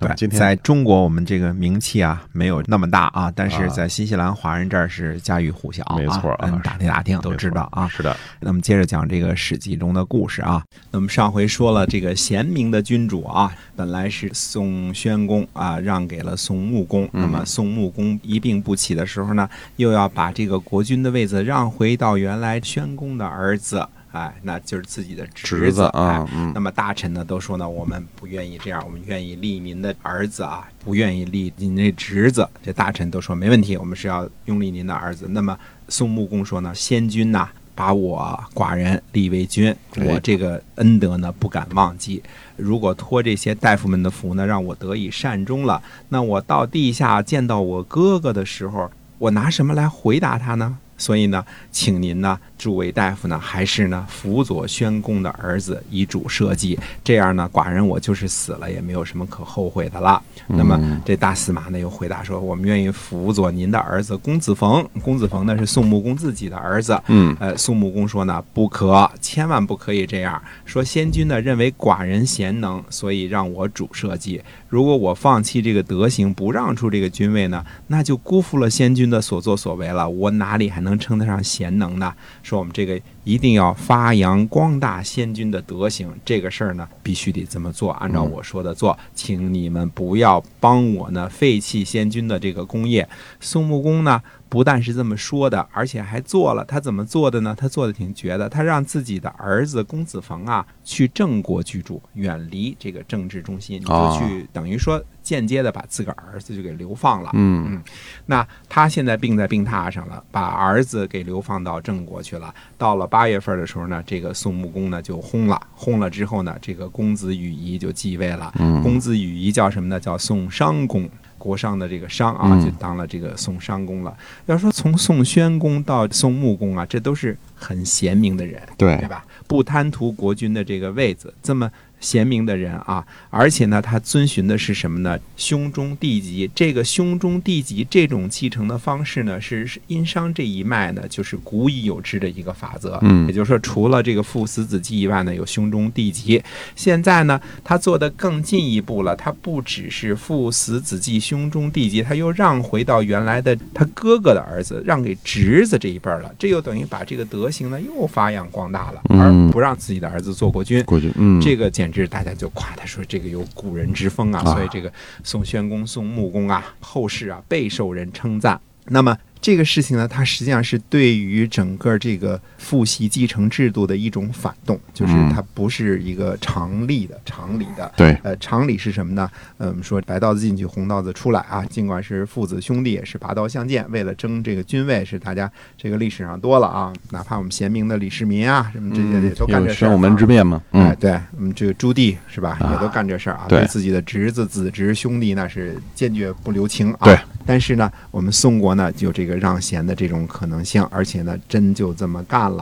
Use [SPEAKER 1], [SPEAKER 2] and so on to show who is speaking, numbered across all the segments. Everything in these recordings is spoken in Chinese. [SPEAKER 1] 那么今天
[SPEAKER 2] 在中国我们这个名气啊没有那么大啊，但是
[SPEAKER 1] 啊
[SPEAKER 2] 在新西兰华人这儿是家喻户晓、啊，
[SPEAKER 1] 没错啊
[SPEAKER 2] 嗯打听打听都知道啊。
[SPEAKER 1] 是的，
[SPEAKER 2] 那么接着讲这个《史记》中的故事啊。那么上回说了，这个贤明的君主啊，本来是宋宣公啊让给了宋穆公，
[SPEAKER 1] 嗯
[SPEAKER 2] 那么宋穆公一病不起的时候呢，又要把这个国君的位子让回到原来宣公的儿子，哎，那就是自己的
[SPEAKER 1] 侄子
[SPEAKER 2] 哎
[SPEAKER 1] 啊，嗯
[SPEAKER 2] 那么大臣呢都说呢，我们不愿意这样，我们愿意立您的儿子啊，不愿意立您的侄子。这大臣都说没问题，我们是要拥立您的儿子。那么宋穆公说呢，先君呐、把我寡人立为君，
[SPEAKER 1] 哎
[SPEAKER 2] 我这个恩德呢不敢忘记。如果托这些大夫们的福呢，让我得以善终了，那我到地下见到我哥哥的时候，我拿什么来回答他呢？所以呢，请您呢，诸位大夫呢，还是呢辅佐宣公的儿子以主社稷，这样呢，寡人我就是死了也没有什么可后悔的了。那么这大司马呢又回答说，我们愿意辅佐您的儿子公子冯，公子冯呢是宋穆公自己的儿子，
[SPEAKER 1] 嗯，
[SPEAKER 2] 呃，宋穆公说呢，不可，千万不可以这样。说先君呢认为寡人贤能，所以让我主社稷。如果我放弃这个德行，不让出这个君位呢，那就辜负了先君的所作所为了。我哪里还能称得上贤能呢？说我们这个一定要发扬光大先君的德行，这个事儿呢必须得这么做，按照我说的做。请你们不要帮我呢废弃先君的这个功业。宋穆公呢不但是这么说的，而且还做了。他怎么做的呢？他做的挺绝的，他让自己的儿子公子冯啊去郑国居住，远离这个政治中心，你就
[SPEAKER 1] 哦
[SPEAKER 2] 去等于说间接的把自个儿儿子就给流放了。
[SPEAKER 1] 嗯
[SPEAKER 2] 那他现在病在病榻上了，把儿子给流放到郑国去了。到了八月份的时候呢，这个宋穆公呢就薨了，薨了之后呢，这个公子羽仪就继位了。公子羽仪叫什么呢？叫宋商公。国商的这个商啊，就当了这个宋商公了。要说从宋宣公到宋穆公啊，这都是很贤明的人，
[SPEAKER 1] 对
[SPEAKER 2] 对吧？不贪图国君的这个位子，这么贤明的人啊，而且呢，他遵循的是什么呢？兄终弟及。这个兄终弟及这种继承的方式呢，是是殷商这一脉呢，就是古已有之的一个法则。
[SPEAKER 1] 嗯
[SPEAKER 2] 也就是说，除了这个父死子继以外呢，有兄终弟及。现在呢，他做得更进一步了，他不只是父死子继、兄终弟及，他又让回到原来的他哥哥的儿子，让给侄子这一辈儿了。这又等于把这个德行呢又发扬光大了，而
[SPEAKER 1] 嗯
[SPEAKER 2] 不让自己的儿子做国君。
[SPEAKER 1] 过去嗯
[SPEAKER 2] 这个简直大家就夸他说这个有古人之风啊，
[SPEAKER 1] 啊
[SPEAKER 2] 所以这个宋宣公、宋穆公啊，后世啊备受人称赞。那么这个事情呢，它实际上是对于整个这个父系继承制度的一种反动，就是
[SPEAKER 1] 嗯
[SPEAKER 2] 它不是一个常理的常理的。
[SPEAKER 1] 对
[SPEAKER 2] 呃，常理是什么呢？嗯，我们说白道子进去，红道子出来啊。尽管是父子兄弟，也是拔刀相见，为了争这个君位，是大家这个历史上多了啊。哪怕我们贤明的李世民啊，什么这些也都干
[SPEAKER 1] 嗯有
[SPEAKER 2] 这事儿、
[SPEAKER 1] 宣武门之变嘛，
[SPEAKER 2] 哎
[SPEAKER 1] 嗯，，
[SPEAKER 2] 对，嗯，这个朱棣是吧，
[SPEAKER 1] 啊
[SPEAKER 2] 也都干这事儿啊，
[SPEAKER 1] 对
[SPEAKER 2] 自己的侄子、子侄、兄弟那是坚决不留情啊。
[SPEAKER 1] 对，
[SPEAKER 2] 但是呢，我们宋国呢有这个让贤的这种可能性，而且呢，真就这么干了。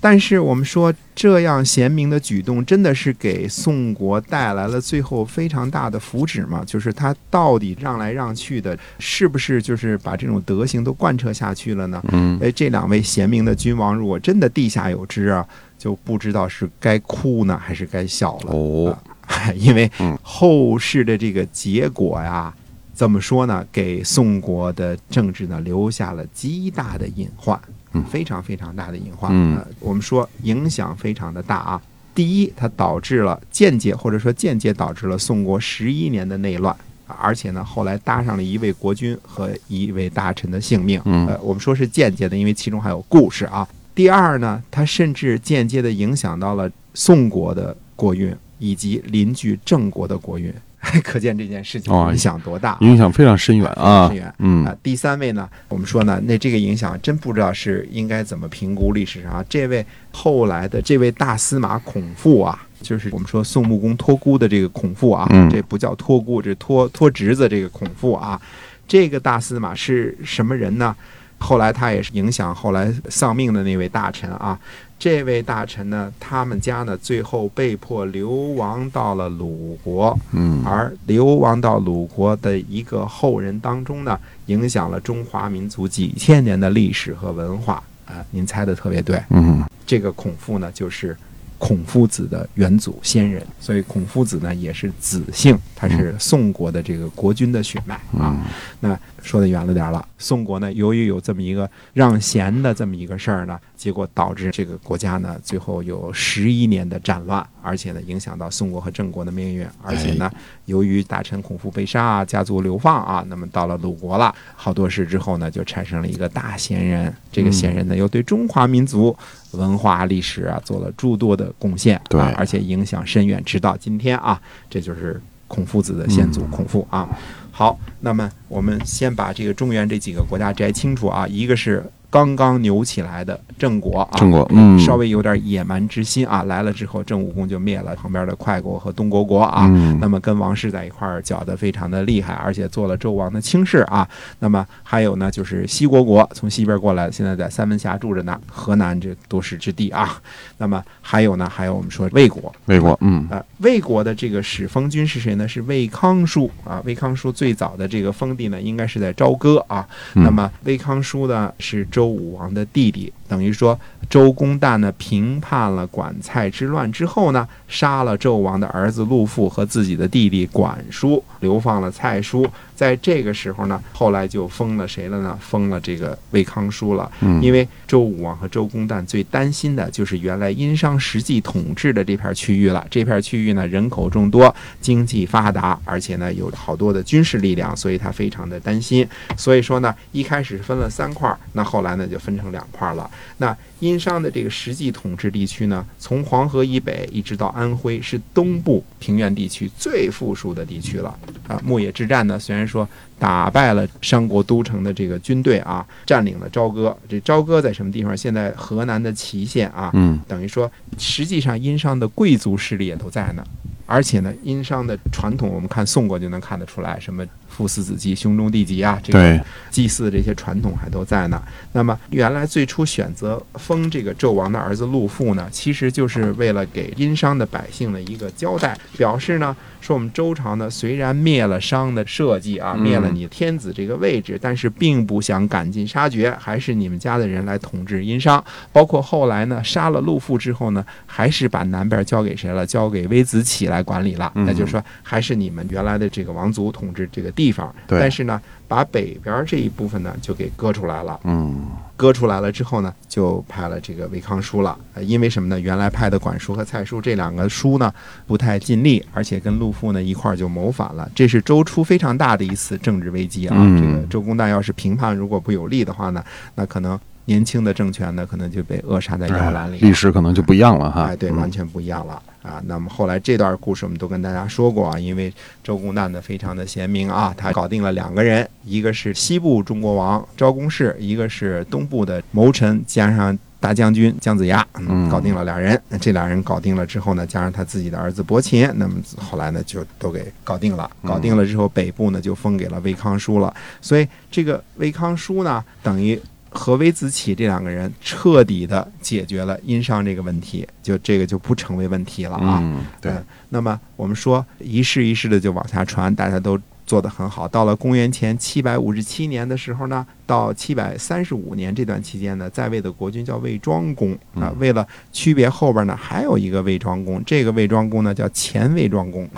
[SPEAKER 2] 但是我们说，这样贤明的举动，真的是给宋国带来了最后非常大的福祉吗？就是他到底让来让去的，是不是就是把这种德行都贯彻下去了呢？
[SPEAKER 1] 嗯，
[SPEAKER 2] 哎，这两位贤明的君王，如果真的地下有知啊，就不知道是该哭呢，还是该笑了。
[SPEAKER 1] 哦，
[SPEAKER 2] 啊 因为
[SPEAKER 1] 嗯
[SPEAKER 2] 后世的这个结果呀，怎么说呢？给宋国的政治呢留下了极大的隐患，
[SPEAKER 1] 嗯
[SPEAKER 2] 非常非常大的隐患。
[SPEAKER 1] 嗯
[SPEAKER 2] 呃，我们说影响非常的大啊。第一，它导致了间接或者说间接导致了宋国十一年的内乱。而且呢，后来搭上了一位国君和一位大臣的性命。
[SPEAKER 1] 嗯
[SPEAKER 2] 呃，我们说是间接的，因为其中还有故事啊。第二呢，它甚至间接的影响到了宋国的国运以及邻居郑国的国运。 可见这件事情
[SPEAKER 1] 哦
[SPEAKER 2] 影响多大啊、
[SPEAKER 1] 影响非常深远啊
[SPEAKER 2] 非常深远，
[SPEAKER 1] 嗯
[SPEAKER 2] 啊，第三位呢，我们说呢，那这个影响真不知道是应该怎么评估。历史上啊这位后来的这位大司马孔父啊，就是我们说宋穆公托孤的这个孔父啊，
[SPEAKER 1] 嗯
[SPEAKER 2] 这不叫托孤，这是托托侄子这个孔父啊，这个大司马是什么人呢？后来他也是影响后来丧命的那位大臣啊。这位大臣呢，他们家呢最后被迫流亡到了鲁国，
[SPEAKER 1] 嗯
[SPEAKER 2] 而流亡到鲁国的一个后人当中呢，影响了中华民族几千年的历史和文化啊、您猜的特别对，
[SPEAKER 1] 嗯
[SPEAKER 2] 这个孔父呢，就是孔夫子的远祖先人，所以孔夫子呢也是子姓，他是宋国的这个国君的血脉啊。
[SPEAKER 1] 嗯
[SPEAKER 2] 那说的远了点儿了，宋国呢，由于有这么一个让贤的这么一个事儿呢，结果导致这个国家呢，最后有十一年的战乱，而且呢，影响到宋国和郑国的命运，而且呢，由于大臣孔父被杀啊，家族流放啊，那么到了鲁国了，好多事之后呢，就产生了一个大贤人，这个贤人呢，又对中华民族文化历史啊做了诸多的贡献，
[SPEAKER 1] 对
[SPEAKER 2] 啊而且影响深远，直到今天啊，这就是孔夫子的先祖孔父啊。好，那么我们先把这个中原这几个国家摘清楚啊，一个是刚刚牛起来的郑国啊，
[SPEAKER 1] 郑国嗯
[SPEAKER 2] 稍微有点野蛮之心啊，来了之后郑武公就灭了旁边的快国和东国国啊，
[SPEAKER 1] 嗯
[SPEAKER 2] 那么跟王室在一块儿搅得非常的厉害，而且做了纣王的亲事啊。那么还有呢，就是西国国从西边过来，现在在三门峡住着呢，河南这多事之地啊。那么还有呢，还有我们说魏国，
[SPEAKER 1] 魏国，嗯
[SPEAKER 2] 啊，魏国的这个始封君是谁呢？是魏康叔啊。魏康叔最早的这个封地呢，应该是在朝歌啊。
[SPEAKER 1] 嗯
[SPEAKER 2] 那么魏康叔呢，是周武王的弟弟，等于说周公旦呢平叛了管蔡之乱之后呢，杀了纣王的儿子陆父和自己的弟弟管叔，流放了蔡叔。在这个时候呢，后来就封了谁了呢？封了这个魏康叔了。
[SPEAKER 1] 嗯，
[SPEAKER 2] 因为周武王和周公旦最担心的就是原来殷商实际统治的这片区域了。这片区域呢，人口众多，经济发达，而且呢有好多的军事力量，所以他非常的担心。所以说呢，一开始分了三块儿，那后来呢就分成两块儿了。那殷商的这个实际统治地区呢，从黄河以北一直到安徽，是东部平原地区最富庶的地区了。啊，牧野之战呢，虽然说打败了商国都城的这个军队啊，占领了朝歌。这朝歌在什么地方？现在河南的淇县啊，
[SPEAKER 1] 嗯
[SPEAKER 2] 等于说，实际上殷商的贵族势力也都在呢。而且呢，殷商的传统，我们看宋国就能看得出来，什么父死子继、兄终弟及啊，这个
[SPEAKER 1] 对，
[SPEAKER 2] 祭祀这些传统还都在呢。那么原来最初选择封这个纣王的儿子陆父呢，其实就是为了给殷商的百姓的一个交代，表示呢说我们周朝呢虽然灭了商的社稷啊，
[SPEAKER 1] 嗯
[SPEAKER 2] 灭了你天子这个位置，但是并不想赶尽杀绝，还是你们家的人来统治殷商。包括后来呢，杀了陆父之后呢，还是把南边交给谁了？交给微子启来管理了。
[SPEAKER 1] 嗯
[SPEAKER 2] 那就是说，还是你们原来的这个王族统治这个地方。
[SPEAKER 1] 对
[SPEAKER 2] 但是呢，把北边这一部分呢，就给割出来了。
[SPEAKER 1] 嗯
[SPEAKER 2] 割出来了之后呢，就派了这个魏康叔了。呃因为什么呢？原来派的管叔和蔡叔这两个叔呢不太尽力，而且跟陆父呢一块儿就谋反了。这是周初非常大的一次政治危机啊！
[SPEAKER 1] 嗯
[SPEAKER 2] 这个周公旦要是评判如果不有利的话呢，那可能年轻的政权呢可能就被扼杀在摇篮里。
[SPEAKER 1] 哎历史可能就不一样了哈。
[SPEAKER 2] 啊哎，对，
[SPEAKER 1] 嗯
[SPEAKER 2] 完全不一样了、啊。那么后来这段故事我们都跟大家说过啊，因为周公旦呢非常的贤明啊，他搞定了两个人，一个是西部中国王昭公氏，一个是东部的谋臣，加上。大将军姜子牙，
[SPEAKER 1] 嗯
[SPEAKER 2] 搞定了俩人。那这俩人搞定了之后呢，加上他自己的儿子伯禽，那么后来呢就都给搞定了。
[SPEAKER 1] 嗯
[SPEAKER 2] 搞定了之后，北部呢就封给了魏康叔了。所以这个魏康叔呢，等于和微子启这两个人彻底的解决了殷商这个问题，就这个就不成为问题了啊。
[SPEAKER 1] 嗯，对，
[SPEAKER 2] 嗯那么我们说一世一世的就往下传，大家都做得很好。到了公元前七百五十七年的时候呢，到七百三十五年这段期间呢，在位的国君叫魏庄公啊、
[SPEAKER 1] 嗯
[SPEAKER 2] 为了区别后边呢，还有一个魏庄公，这个魏庄公呢叫前魏庄 公，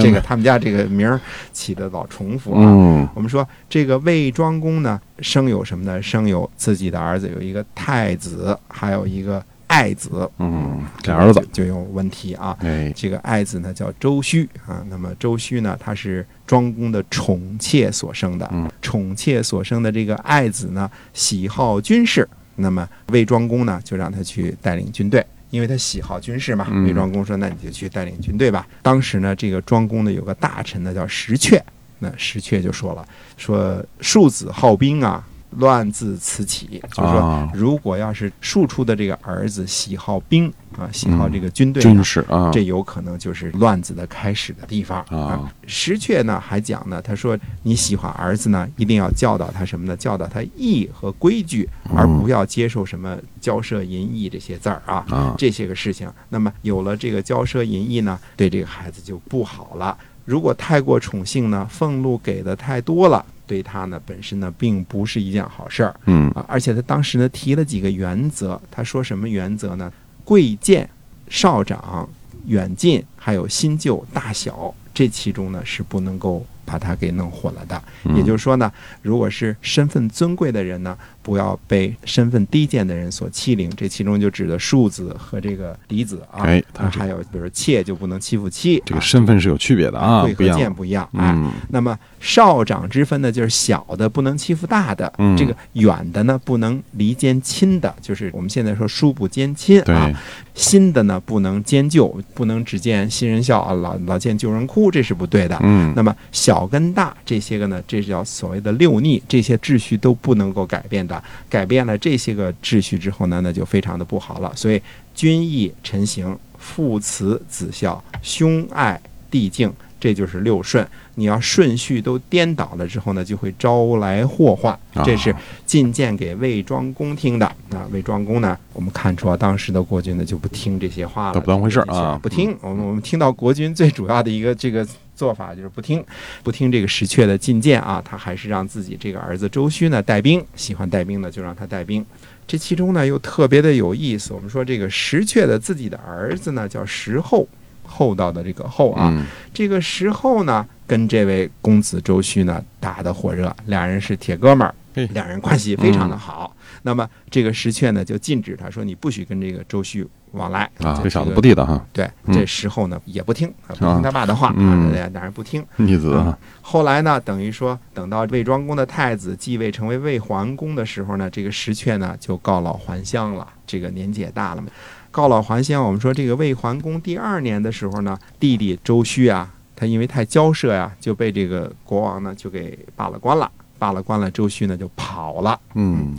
[SPEAKER 2] 这个他们家这个名儿起的老重复啊。
[SPEAKER 1] 嗯
[SPEAKER 2] 我们说这个魏庄公呢，生有什么呢？生有自己的儿子，有一个太子，还有一个爱子。
[SPEAKER 1] 嗯，这儿子，
[SPEAKER 2] 就就有问题啊。
[SPEAKER 1] 哎，
[SPEAKER 2] 这个爱子呢叫周须啊，那么周须呢，他是庄公的宠妾所生的
[SPEAKER 1] 嗯，
[SPEAKER 2] 宠妾所生的这个爱子呢，喜好军事，那么魏庄公呢就让他去带领军队。因为他喜好军事嘛。
[SPEAKER 1] 嗯
[SPEAKER 2] 魏庄公说：“那你就去带领军队吧。”当时呢，这个庄公呢有个大臣呢叫石阙，那石阙就说了：“说庶子好兵啊，乱自此起。”就是说，
[SPEAKER 1] 啊
[SPEAKER 2] 如果要是庶出的这个儿子喜好兵啊，喜好这个军队呢
[SPEAKER 1] 军事啊，
[SPEAKER 2] 这有可能就是乱子的开始的地方
[SPEAKER 1] 啊。
[SPEAKER 2] 石阙呢还讲呢，他说你喜欢儿子呢，一定要教导他什么呢？教导他义和规矩，而
[SPEAKER 1] 嗯
[SPEAKER 2] 不要接受什么骄奢淫逸这些字儿啊。
[SPEAKER 1] 啊
[SPEAKER 2] 这些个事情，那么有了这个骄奢淫逸呢，对这个孩子就不好了。如果太过宠幸呢，俸禄给的太多了，对他呢本身呢并不是一件好事儿。
[SPEAKER 1] 嗯
[SPEAKER 2] 啊，而且他当时呢提了几个原则，他说什么原则呢？贵贱、少长、远近，还有新旧大小，这其中呢是不能够把它给弄混了的。
[SPEAKER 1] 嗯
[SPEAKER 2] 也就是说呢，如果是身份尊贵的人呢，不要被身份低贱的人所欺凌，这其中就指的庶子和这个嫡子啊。
[SPEAKER 1] 哎他
[SPEAKER 2] 啊
[SPEAKER 1] 这
[SPEAKER 2] 还有比如妾啊就不能欺负妻，
[SPEAKER 1] 这个身份是有区别的啊，
[SPEAKER 2] 贵
[SPEAKER 1] 不
[SPEAKER 2] 和
[SPEAKER 1] 一样
[SPEAKER 2] 贱
[SPEAKER 1] 的。
[SPEAKER 2] 不一样啊。
[SPEAKER 1] 嗯
[SPEAKER 2] 那么少长之分呢，就是小的不能欺负大的，
[SPEAKER 1] 嗯
[SPEAKER 2] 这个远的呢不能离间亲的，就是我们现在说疏不兼亲
[SPEAKER 1] 对
[SPEAKER 2] 啊。新的呢不能兼旧，不能只见新人笑，啊老老见旧人哭，这是不对的。
[SPEAKER 1] 嗯
[SPEAKER 2] 那么小跟大这些个呢，这是叫所谓的六逆，这些秩序都不能够改变的。改变了这些个秩序之后呢，那就非常的不好了。所以君义臣行，父慈子孝，兄爱弟敬，这就是六顺。你要顺序都颠倒了之后呢，就会招来祸患
[SPEAKER 1] 啊。
[SPEAKER 2] 这是进谏给魏庄公听的。那魏庄公呢，我们看出啊，当时的国君呢就不听这些话了，
[SPEAKER 1] 都不当回事儿啊
[SPEAKER 2] 就不听不听。我们我们听到国君最主要的一个这个做法就是不听，不听这个石阙的进谏啊，他还是让自己这个儿子周须呢带兵，喜欢带兵的就让他带兵。这其中呢又特别的有意思。我们说这个石阙的自己的儿子呢叫石厚，厚道的这个厚啊，
[SPEAKER 1] 嗯
[SPEAKER 2] 这个石厚呢跟这位公子周须呢打得火热，俩人是铁哥们儿
[SPEAKER 1] 嘿，嗯
[SPEAKER 2] 两人关系非常的好。那么这个石阙呢就禁止他说你不许跟这个周须往来
[SPEAKER 1] 啊，
[SPEAKER 2] 这
[SPEAKER 1] 这小子
[SPEAKER 2] 个
[SPEAKER 1] 不地道哈，
[SPEAKER 2] 对，
[SPEAKER 1] 嗯
[SPEAKER 2] 这时候呢也不听，啊不听他爸的话，啊
[SPEAKER 1] 嗯
[SPEAKER 2] 俩俩人不听。
[SPEAKER 1] 逆子啊，
[SPEAKER 2] 后来呢，等于说等到魏庄公的太子继位成为魏桓公的时候呢，这个石阙呢就告老还乡了，这个年纪也大了嘛。告老还乡，我们说这个魏桓公第二年的时候呢，弟弟周须啊，他因为太骄奢呀、就被这个国王呢就给罢了官了，罢了官了，周须呢就跑了。
[SPEAKER 1] 嗯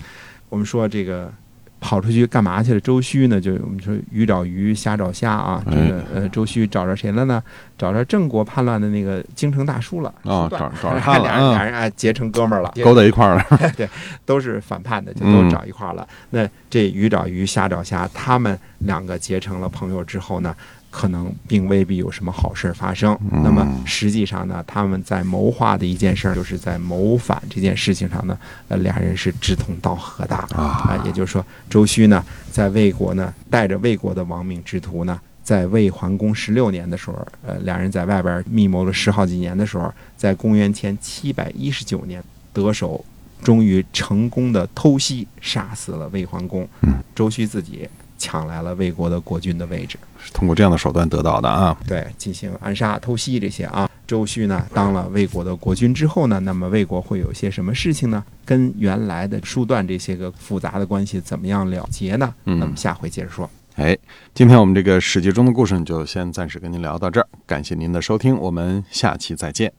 [SPEAKER 2] 我们说这个跑出去干嘛去了？周须呢，就我们说鱼找鱼，虾找虾啊。
[SPEAKER 1] 哎
[SPEAKER 2] 这个呃，周须找着谁了呢？找着郑国叛乱的那个京城大叔了。
[SPEAKER 1] 啊，
[SPEAKER 2] 对
[SPEAKER 1] 找 找着他了
[SPEAKER 2] 俩人俩
[SPEAKER 1] 啊，
[SPEAKER 2] 人哎结成哥们儿了，
[SPEAKER 1] 勾在一块儿了，
[SPEAKER 2] 都是反叛的，就
[SPEAKER 1] 嗯
[SPEAKER 2] 都找一块儿了。那这鱼找鱼，虾找虾，他们两个结成了朋友之后呢，可能并未必有什么好事儿发生。
[SPEAKER 1] 嗯
[SPEAKER 2] 那么实际上呢，他们在谋划的一件事儿，就是在谋反这件事情上呢，呃，俩人是志同道合的
[SPEAKER 1] 啊
[SPEAKER 2] 也就是说，周须呢，在魏国呢，带着魏国的亡命之徒呢。在魏桓公十六年的时候，呃，俩人在外边密谋了十好几年的时候，在公元前七百一十九年得手终于成功的偷袭杀死了魏桓公
[SPEAKER 1] 嗯，
[SPEAKER 2] 周须自己抢来了魏国的国君的位置，
[SPEAKER 1] 是通过这样的手段得到的啊，
[SPEAKER 2] 对，进行暗杀、偷袭这些啊。周须呢当了魏国的国君之后呢，那么魏国会有一些什么事情呢？跟原来的疏断这些个复杂的关系怎么样了结呢？
[SPEAKER 1] 嗯
[SPEAKER 2] 那么下回接着说。
[SPEAKER 1] 哎，今天我们这个史记中的故事就先暂时跟您聊到这儿，感谢您的收听，我们下期再见。